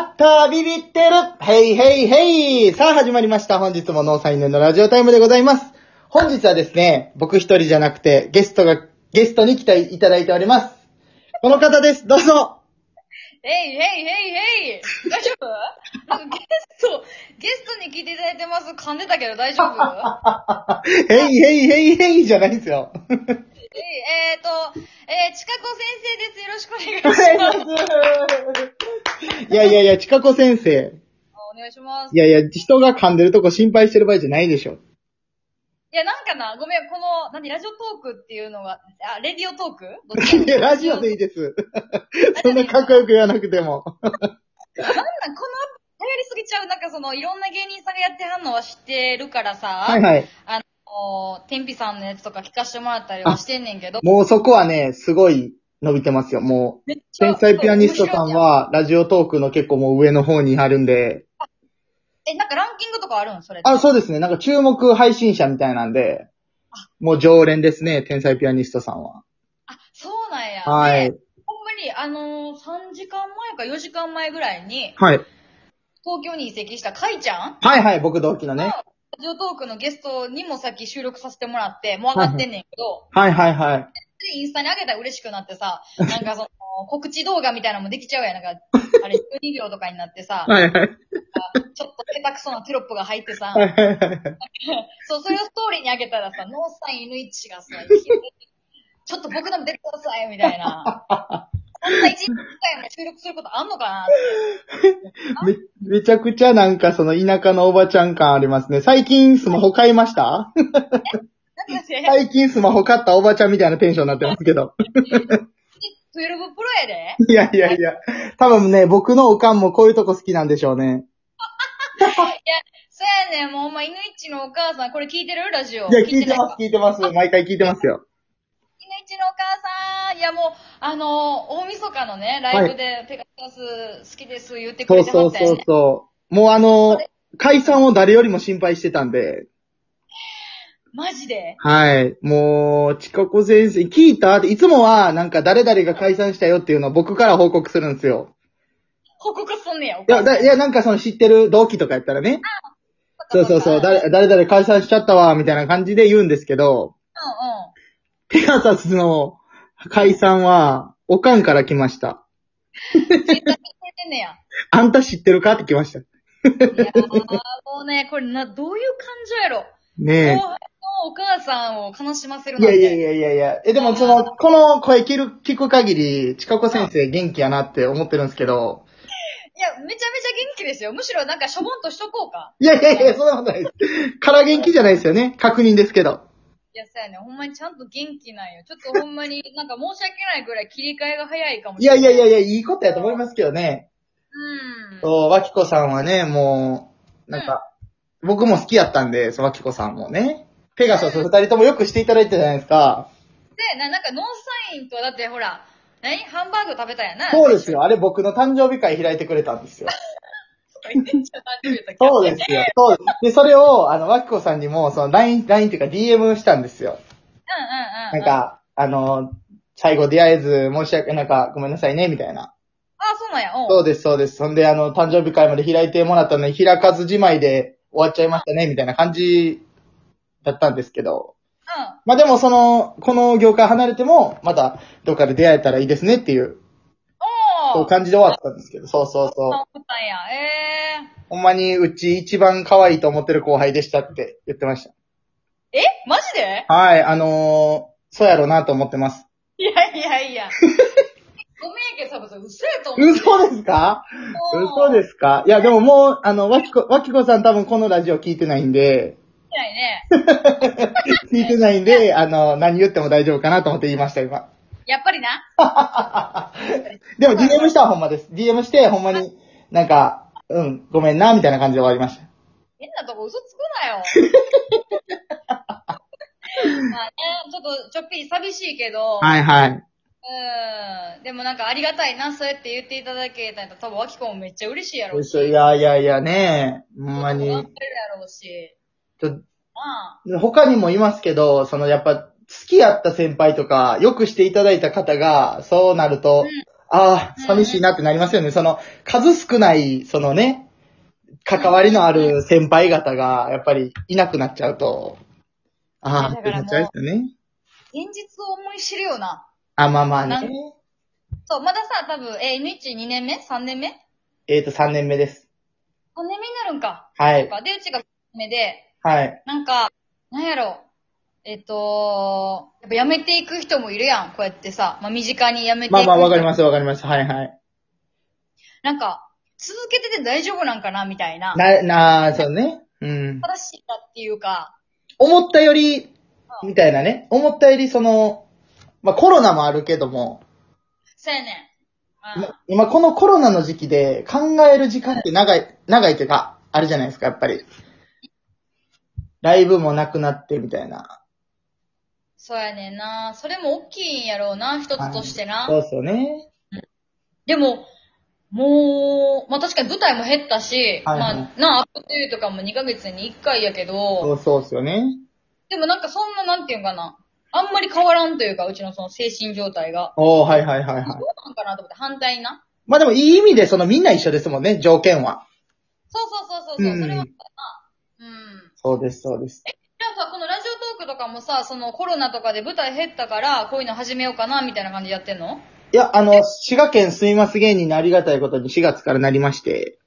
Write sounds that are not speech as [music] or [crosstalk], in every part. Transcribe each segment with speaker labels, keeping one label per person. Speaker 1: ったビビってるヘイヘイヘイさあ始まりました。本日もノーサインのラジオタイムでございます。本日はですね、僕一人じゃなくて、ゲストが、ゲストに来ていただいております。この方です。どうぞ [laughs]
Speaker 2: えいえいえいえい大丈夫なんかゲスト、ゲストに聞いていただいてます噛んでたけど大丈
Speaker 1: [laughs]
Speaker 2: 夫
Speaker 1: ヘイヘイヘイヘイじゃないですよ。 [laughs]
Speaker 2: えいえーと、えー、ちかこ先生です。よろしくお願いします。
Speaker 1: いやいやいや、ちかこ先生。
Speaker 2: お願いします。
Speaker 1: いやいや、人が噛んでるとこ心配してる場合じゃないでしょ。
Speaker 2: いや、なんかな、ごめん、この、何、ラジオトークっていうのが、あ、レディオトークどっち
Speaker 1: いやラジオでいいです。 [laughs] そんなかっこよく言わなくても。
Speaker 2: なんなん、この、流行りすぎちゃう、なんかその、いろんな芸人さんがやってはんのは知ってるからさ、
Speaker 1: はいはい。
Speaker 2: あの、天日さんのやつとか聞かせてもらったりはしてんねんけど、
Speaker 1: もうそこはね、すごい伸びてますよ。も
Speaker 2: めっ
Speaker 1: う、
Speaker 2: ちゃ
Speaker 1: 天才ピアニストさん。は、ラジオトークの結構もう上の方にあるんで、
Speaker 2: え、なんかランキングとかあるんそれって
Speaker 1: あ、そうですね。なんか注目配信者みたいなんで、もう常連ですね、天才ピアニストさんは。
Speaker 2: あ、そうなんや。
Speaker 1: はい
Speaker 2: で。ほんまに、あのー、3時間前か4時間前ぐらいに、
Speaker 1: はい。
Speaker 2: 東京に移籍したかいちゃん
Speaker 1: はいはい、僕同期のね。
Speaker 2: ラジオトークのゲストにもさっき収録させてもらって、もう上がってんねんけ
Speaker 1: [laughs]
Speaker 2: ど、
Speaker 1: はいはいはい。
Speaker 2: でインスタに上げたら嬉しくなってさ、なんかその、告知動画みたいなのもできちゃうや
Speaker 1: [laughs]
Speaker 2: ん。なんか、あれ、12秒とかになってさ、
Speaker 1: はいはい。
Speaker 2: ちょっと下手くそなテロップが入ってさ、
Speaker 1: はいはいはい。
Speaker 2: そう、それをストーリーに上げたらさ、ノーサイン N1 がさ、ちょっと僕でも出てください、みたいな。
Speaker 1: [laughs]
Speaker 2: そんな一日一回も収録することあんのかなって
Speaker 1: め、めちゃくちゃなんかその田舎のおばちゃん感ありますね。最近スマホ買いました
Speaker 2: なんかね、
Speaker 1: 最近スマホ買ったおばちゃんみたいなテンションになってますけど。
Speaker 2: 12プロや
Speaker 1: [laughs] い
Speaker 2: で。
Speaker 1: やいやいや。多分ね、僕のおかんもこういうとこ好きなんでしょうね。
Speaker 2: そうやねん、もうお前、犬一のお母さん、これ聞いてるラジオ。
Speaker 1: いや、聞いて
Speaker 2: ない
Speaker 1: ます、聞いてます。毎回聞いてますよ。
Speaker 2: 犬一のお母さん、いやもう、あの、大晦日のね、ライブでペガサス好きです、言ってく
Speaker 1: そ
Speaker 2: れ
Speaker 1: う
Speaker 2: ては
Speaker 1: そ
Speaker 2: っ
Speaker 1: う
Speaker 2: たや
Speaker 1: そ
Speaker 2: ん
Speaker 1: うそう。もうあの、解散を誰よりも心配してたんで、
Speaker 2: マジで。
Speaker 1: はい。もう、ちかこ先生、聞いたって、いつもは、なんか誰々が解散したよっていうのを僕から報告するんですよ。
Speaker 2: 報告すんねや、お
Speaker 1: いや、
Speaker 2: 母さん。
Speaker 1: だいや、なんかその知ってる同期とかやったらね、そうそうそう、
Speaker 2: だ
Speaker 1: 誰、誰々解散しちゃったわ、みたいな感じで言うんですけど、
Speaker 2: う
Speaker 1: ペガサスの解散は、おかんから来ました。
Speaker 2: んうん。絶対聞いてんねや。
Speaker 1: あんた知ってるかって来ました。
Speaker 2: いやーもうね、これな、どういう感情やろ。
Speaker 1: ね
Speaker 2: 後輩のお母さんを悲しませる
Speaker 1: え。い
Speaker 2: なん
Speaker 1: や
Speaker 2: て。
Speaker 1: いやいやいやいや。え、でもその、この声聞る聞く限り、ちかこ先生元気やなって思ってるんですけど、
Speaker 2: いやめちゃめちゃ元気ですよ。むしろなんかしょぼんとしとこうか。
Speaker 1: いやいやいや、そんなことないです。から元気じゃないですよね。確認ですけど。
Speaker 2: いや、そうやね。ほんまにちゃんと元気なんよ。ちょっとほん
Speaker 1: [laughs]
Speaker 2: まに、なんか申し訳ないぐらい切り替えが早いかも
Speaker 1: い
Speaker 2: しれ
Speaker 1: や
Speaker 2: ない。
Speaker 1: いやいやいや、いいことやと思いますけどね。
Speaker 2: うん。
Speaker 1: そう、わきこさんはね、もう、なんか、僕も好きやったんで、そのわきこさんもね。ペガサス二人ともよくしていただいたじゃないですか。
Speaker 2: で、ななんかノーサインとはだってほら、何ハンバーグ食べたやな。
Speaker 1: そうですよ。あれ僕の誕生日会開いてくれたんですよ。
Speaker 2: 言ってんじゃん誕生日だけど
Speaker 1: そうですよ。そうです。で、それを、あの、わきこさんにも、その、LINE、LINE っていうか DM したんですよ。
Speaker 2: うんうん
Speaker 1: [laughs]
Speaker 2: うん。
Speaker 1: なん。か、あの、最後出会えず、申し訳、なんか、ごめんなさいね、みたいな。
Speaker 2: あ、そうなんや。うん。
Speaker 1: そうです、そうです。そんで、あの、誕生日会まで開いてもらったのに、開かずじまいで終わっちゃいましたね、みたいな感じだったんですけど。
Speaker 2: うん。
Speaker 1: まあでも、その、この業界離れても、また、どっかで出会えたらいいですねっていう、
Speaker 2: お
Speaker 1: こ
Speaker 2: ー。
Speaker 1: う感じで終わったんですけど、そうそう
Speaker 2: あ
Speaker 1: そう。
Speaker 2: 思ったんや。えー。
Speaker 1: ほんまに、うち一番可愛いと思ってる後輩でしたって言ってまし
Speaker 2: えマジで
Speaker 1: た。はい、あのー、そうやろうなと思ってます。
Speaker 2: いやいや
Speaker 1: [laughs]
Speaker 2: いや。ごめんやけど、多分それ嘘やと思う。
Speaker 1: 嘘ですか嘘
Speaker 2: す。
Speaker 1: ですかいや、でももう、あの、わきこ、わきこさん多分このラジオ聞いてないんで、
Speaker 2: みたいね。
Speaker 1: 聞いてないんで、あの、何言っても大丈夫かなと思って言いました、今。
Speaker 2: やっぱりな。
Speaker 1: でも DM したはほんまです。DM して、ほんまに、なんか、うん、ごめんな、みたいな感じで終わりました。
Speaker 2: 変なとこ嘘つくなよ。
Speaker 1: [laughs]
Speaker 2: まあね、ちょっとちょっぴり寂しいけど、
Speaker 1: はいはい。
Speaker 2: うん。でもなんかありがたいな、そうやって言っていただけたら、多分わきこもめっちゃ嬉しいやろうし。
Speaker 1: 嘘いやいやいやね、ほんま
Speaker 2: 頑張れ
Speaker 1: に
Speaker 2: る。やろうし。
Speaker 1: ちょ
Speaker 2: まあ、
Speaker 1: 他にもいますけど、そのやっぱ、好きやった先輩とか、よくしていただいた方が、そうなると、ああ、寂しいなってなりますよね。その、数少ない、そのね、関わりのある先輩方が、やっぱりいなくなっちゃうと、ああ、ってなっちゃうですよね。
Speaker 2: 現実を思い知るような。
Speaker 1: あ、まあまあ
Speaker 2: なん
Speaker 1: ね。
Speaker 2: そう、まださ、多分、えー、N12 年目 ?3 年目 ?3
Speaker 1: えっ、と、3年目です。
Speaker 2: 年目になるんか。
Speaker 1: はい。
Speaker 2: で、うちが5年目で、
Speaker 1: はい。
Speaker 2: なんか、なんやろ、えっと、やっぱ辞めていく人もいるやん、こうやってさ。まあ、身近に辞めていく人。。
Speaker 1: まあまあ、わかりますす、わかります。はいはい。
Speaker 2: なんか、続けてて大丈夫なんかな、みたいな。
Speaker 1: な、な、そうね。うん。
Speaker 2: 正しいかっていうか、
Speaker 1: 思ったより、みたいなね。思ったより、その、まあコロナもあるけども、
Speaker 2: そうやねん。うん
Speaker 1: ま今このコロナの時期で考える時間って長い、長いというか、あるじゃないですか、やっぱり。ライブもなくなってみたいな。
Speaker 2: そうやねんな。それも大きいんやろうな、一つとしてな。
Speaker 1: そうですよね。
Speaker 2: でも、もう、まあ、確かに舞台も減ったし、
Speaker 1: はいはい
Speaker 2: まあ、なあ、アップデートとかも2ヶ月に1回やけ
Speaker 1: そ
Speaker 2: ど、
Speaker 1: うそうですよね。
Speaker 2: でもなんかそんな、なんていうんかな。あんまり変わらんというか、うちのその精神状態が。
Speaker 1: おー、はいはいはい
Speaker 2: ど
Speaker 1: は
Speaker 2: う
Speaker 1: い。
Speaker 2: なんかなと思って反対な。
Speaker 1: まあでもいい意味で、そのみんな一緒ですもんね、条件は。
Speaker 2: そうそうそうそう。う
Speaker 1: うん
Speaker 2: それはさ、うん。
Speaker 1: そうです、そうです。
Speaker 2: じゃあさ、このラジオトークとかもさ、そのコロナとかで舞台減ったから、こういうの始めようかな、みたいな感じでやってんの
Speaker 1: いや、あの、滋賀県すいます芸人のありがたいことに4月からなりまして。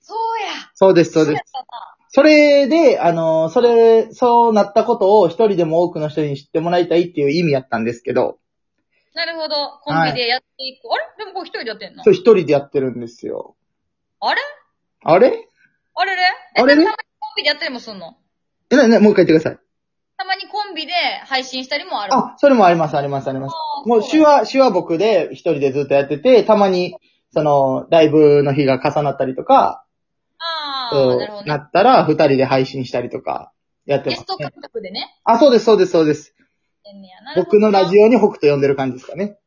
Speaker 2: そうや
Speaker 1: そうです、そうです。
Speaker 2: そうや
Speaker 1: それで、あの、それ、そうなったことを一人でも多くの人に知ってもらいたいっていう意味やったんですけど、
Speaker 2: なるほど。コンビでやっていく。あれでもこう一人でやってんの
Speaker 1: そう一人でやってるんですよ。
Speaker 2: あれ
Speaker 1: あれ
Speaker 2: あれれ
Speaker 1: あれれ
Speaker 2: えたまにコンビでやったりもすんの
Speaker 1: え、な、な、もう一回言ってください。
Speaker 2: たまにコンビで配信したりもある。
Speaker 1: あ、それもあります、あります、あります。
Speaker 2: あー
Speaker 1: もう、
Speaker 2: そ
Speaker 1: 手話、手話僕で一人でずっとやってて、たまに、その、ライブの日が重なったりとか、
Speaker 2: あ
Speaker 1: そ
Speaker 2: あ、
Speaker 1: う
Speaker 2: なるほど
Speaker 1: な
Speaker 2: ね。
Speaker 1: ったら、二人で配信したりとか、やって
Speaker 2: ゲ
Speaker 1: ます、
Speaker 2: スト
Speaker 1: ね
Speaker 2: 感。覚でね。
Speaker 1: あ、そうです、そうです、そうです。
Speaker 2: やってんねやなるほ
Speaker 1: 僕
Speaker 2: ど
Speaker 1: の
Speaker 2: な
Speaker 1: ラジオに北斗呼んでる感じですかね。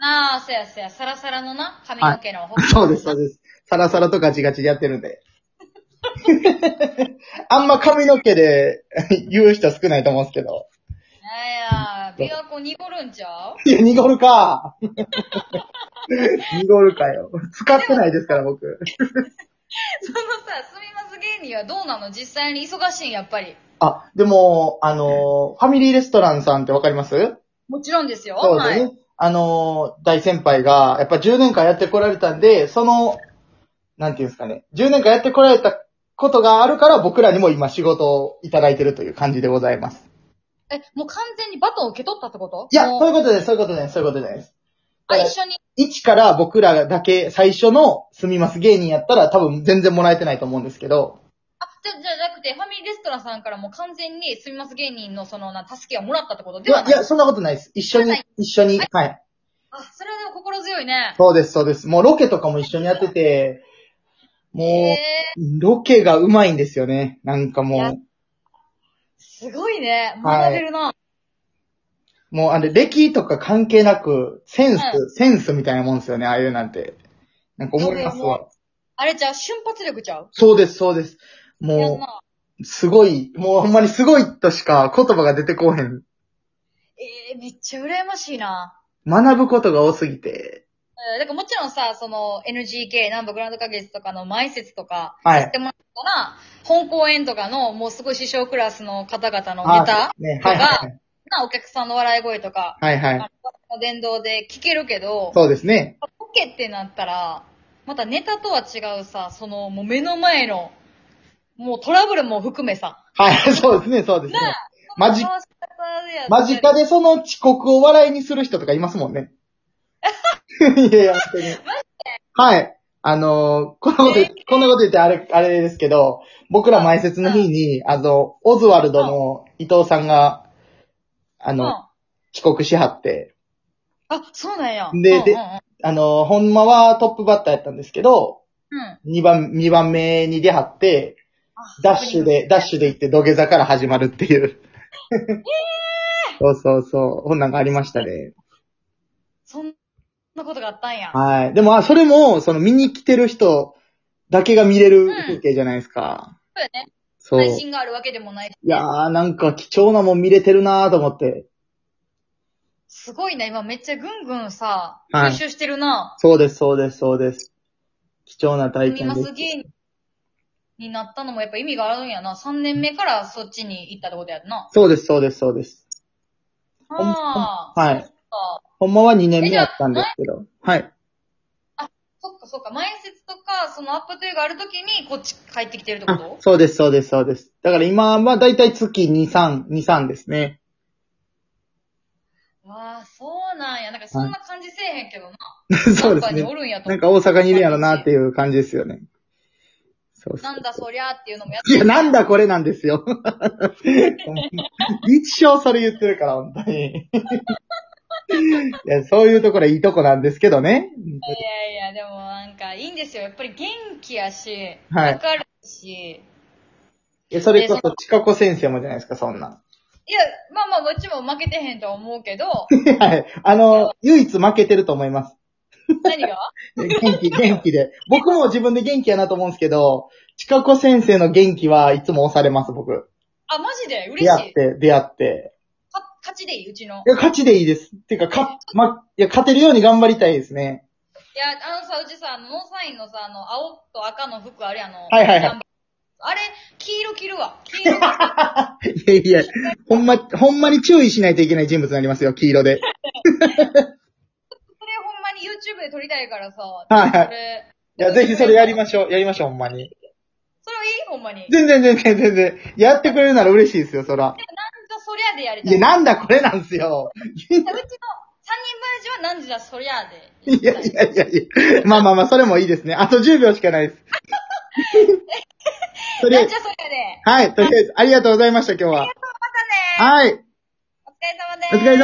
Speaker 2: ああ、そうやそうや。サラサラのな、髪の毛の方。
Speaker 1: [laughs] そうです、そうです。サラサラとガチガチでやってるんで。 [laughs] あんま髪の毛で言う人少ないと思うんですけど。
Speaker 2: なんや、琵琶湖濁るんちゃう [laughs]
Speaker 1: いや、 [laughs] 濁るか。濁るかよ。使ってないですから、僕。
Speaker 2: そのさ、すみます芸人はどうなの実際に忙しいん、やっぱり。
Speaker 1: あ、でも、あのーファミリーレストランさんってわかります
Speaker 2: もちろんですよ。
Speaker 1: そうです
Speaker 2: は
Speaker 1: ね。
Speaker 2: い。
Speaker 1: あのー大先輩が、やっぱ10年間やってこられたんで、その、なんていうんですかね。10年間やってこられたことがあるから、僕らにも今仕事をいただいてるという感じでございます。
Speaker 2: え、もう完全にバトンを受け取ったってこと
Speaker 1: いや、
Speaker 2: も
Speaker 1: そうういうことです、そういうことです、そういうことです。
Speaker 2: あ、一緒に。
Speaker 1: 一から僕らだけ最初のすみます芸人やったら多分全然もらえてないと思うんですけど、
Speaker 2: あ、じゃ、じゃなくて、ファミリーレストランさんからもう完全にすみます芸人のその、な、助けをもらったってこと
Speaker 1: い
Speaker 2: では
Speaker 1: や、い
Speaker 2: ない。
Speaker 1: や、そんなことないです。一緒
Speaker 2: は
Speaker 1: に
Speaker 2: い、
Speaker 1: 一緒に、
Speaker 2: はい
Speaker 1: はい。
Speaker 2: あ、それはでも心強いね。
Speaker 1: そうです、そうです。もうロケとかも一緒にやってて、も
Speaker 2: え
Speaker 1: う、ロケがうまいんですよね。なんか
Speaker 2: いや
Speaker 1: も
Speaker 2: ー、すごいね。
Speaker 1: はい
Speaker 2: 学べるな。
Speaker 1: う、もうあれ、歴とか関係なく、センス、
Speaker 2: う
Speaker 1: センスみたいなもんですよね、ああいうなんて。なんか思います
Speaker 2: そうです
Speaker 1: わ。
Speaker 2: あれちゃう瞬発力ちゃう
Speaker 1: そうです、そうです。
Speaker 2: いやん
Speaker 1: も
Speaker 2: な。
Speaker 1: う、すごい、もうほんまにすごいとしか言葉が出てこうへん
Speaker 2: えー、めっちゃ羨ましいな。
Speaker 1: 学ぶことが多すぎて。
Speaker 2: うんだからもちろんさ、その NGK、南部グランド花月とかの前説とか、
Speaker 1: は
Speaker 2: や
Speaker 1: い
Speaker 2: ってもらったら、本公演とかの、もうすごい師匠クラスの方々のネタ
Speaker 1: あね、
Speaker 2: と
Speaker 1: はい
Speaker 2: か、
Speaker 1: はい
Speaker 2: なお客さんの笑い声とか、
Speaker 1: はい。は
Speaker 2: あ
Speaker 1: いはい。
Speaker 2: の電動で聞けるけど、
Speaker 1: そうですね。
Speaker 2: ボケってなったら、またネタとは違うさ、その、もう目の前の、もうトラブルも含めさ、
Speaker 1: はい、そうですね、そうですね。間近
Speaker 2: 回し方でや
Speaker 1: [laughs]
Speaker 2: ったり
Speaker 1: 間近でその遅刻を笑いにする人とかいますもんね。いやいや、本当に。はい。あのーこんなこと言っ、こんなこと言ってあれ、あれですけど、僕ら前説の日に、あの、オズワルドの伊藤さんが、あ
Speaker 2: うん
Speaker 1: の、遅刻しはって、
Speaker 2: あ、そうなんや。
Speaker 1: で
Speaker 2: うん
Speaker 1: で
Speaker 2: うんうん
Speaker 1: あのーほんまはトップバッターやったんですけど、
Speaker 2: うん。
Speaker 1: 2番、二番目に出張って、ダッシュで、ダッシュで行って土下座から始まるっていう。 [laughs] そうそうそう。こんなんがありましたね。
Speaker 2: そんなことがあったんや。
Speaker 1: はい。でも、あ、それも、その見に来てる人だけが見れる風景じゃないですか。
Speaker 2: そうやね。
Speaker 1: そう。
Speaker 2: 配
Speaker 1: い
Speaker 2: 信があるわけでもないし
Speaker 1: やー、なんか貴重なもん見れてるなーと思って。
Speaker 2: すごいな、今めっちゃぐんぐんさ、
Speaker 1: はい
Speaker 2: 吸収してるな。
Speaker 1: そうです、そうです、そうです。貴重な体
Speaker 2: 海
Speaker 1: 験
Speaker 2: マ
Speaker 1: で
Speaker 2: ス
Speaker 1: す。
Speaker 2: 芸人になったのもやっぱ意味があるんやな。3年目からそっちに行ったってことやんな。
Speaker 1: そうです、そうです、そうです。ほん
Speaker 2: ああ。
Speaker 1: はい。
Speaker 2: あ
Speaker 1: ほんまは2年目やったんですけど。はい。
Speaker 2: そっかそっか。前説とか、そのアップデートがあるときにこっち帰ってきてるってこ
Speaker 1: あ
Speaker 2: と、
Speaker 1: そうです、そうです、そうです。だから今はだいたい月2、3、2、3ですね。 [laughs]
Speaker 2: わあ、そうなんや。なんかそんな感じせえへんけどな。
Speaker 1: そうです
Speaker 2: 中にお
Speaker 1: ね。
Speaker 2: るんやと
Speaker 1: な
Speaker 2: 思
Speaker 1: ん
Speaker 2: う
Speaker 1: か大阪にいるやろなっていう感じですよね。そうそう
Speaker 2: なんだそりゃーっていうのもやっ
Speaker 1: いや、なんだこれなんですよ。 [laughs] 一生それ言ってるから、本当に。いや、そういうところいいとこなんですけどね。
Speaker 2: いやいや、でもなんかいいんですよ。やっぱり元気やし、
Speaker 1: はい
Speaker 2: わかるし。
Speaker 1: いやそれこそ、ちかこ先生もじゃないですか、そんなん。
Speaker 2: いや、まあまあ、こっちも負けてへんとは思う
Speaker 1: [laughs]
Speaker 2: けど、
Speaker 1: はい。あの、唯一負けてると思います。
Speaker 2: 何が
Speaker 1: 元気、元気で。僕も自分で元気やなと思うんですけど、ちかこ先生の元気はいつも押されます、僕。
Speaker 2: あ、マジで嬉しい。
Speaker 1: 出会っ
Speaker 2: か
Speaker 1: て、出会って。
Speaker 2: 勝ちでいい、うちの。
Speaker 1: いや、勝ちでいいです。っていうか、勝、ま、いや、勝てるように頑張りたいですね。
Speaker 2: いや、あのさ、うちさ、あのノーサインのさ、あの、青と赤の服あれやの。
Speaker 1: はいはいはい
Speaker 2: い。あれ、黄色着るわ。黄色着る。
Speaker 1: いやいや、ほんま、ほんまに注意しないといけない人物になりますよ、黄色で。
Speaker 2: それほんまに YouTube で撮りたいからさ。
Speaker 1: はいはい
Speaker 2: それ
Speaker 1: いや、ぜひそれやりましょう。やりましょう、ほんまに。
Speaker 2: それはいいほんまに。なん
Speaker 1: 全然全然全然。やってくれるなら嬉しいですよ、そら。
Speaker 2: だそりゃでやりた
Speaker 1: いや、
Speaker 2: い。
Speaker 1: なんだこれなんすよ。
Speaker 2: うちの3人バージョンは何時だそりゃで。
Speaker 1: いやいやいやいや。まあまあまあ、それもいいですね。あと10秒しかないです。とりあ
Speaker 2: な
Speaker 1: え
Speaker 2: ん
Speaker 1: ず
Speaker 2: じゃそりゃで。
Speaker 1: はい、とりあえず、ありがとうございました、今日は。
Speaker 2: またね
Speaker 1: はい。
Speaker 2: お疲れ様です。
Speaker 1: お疲れ様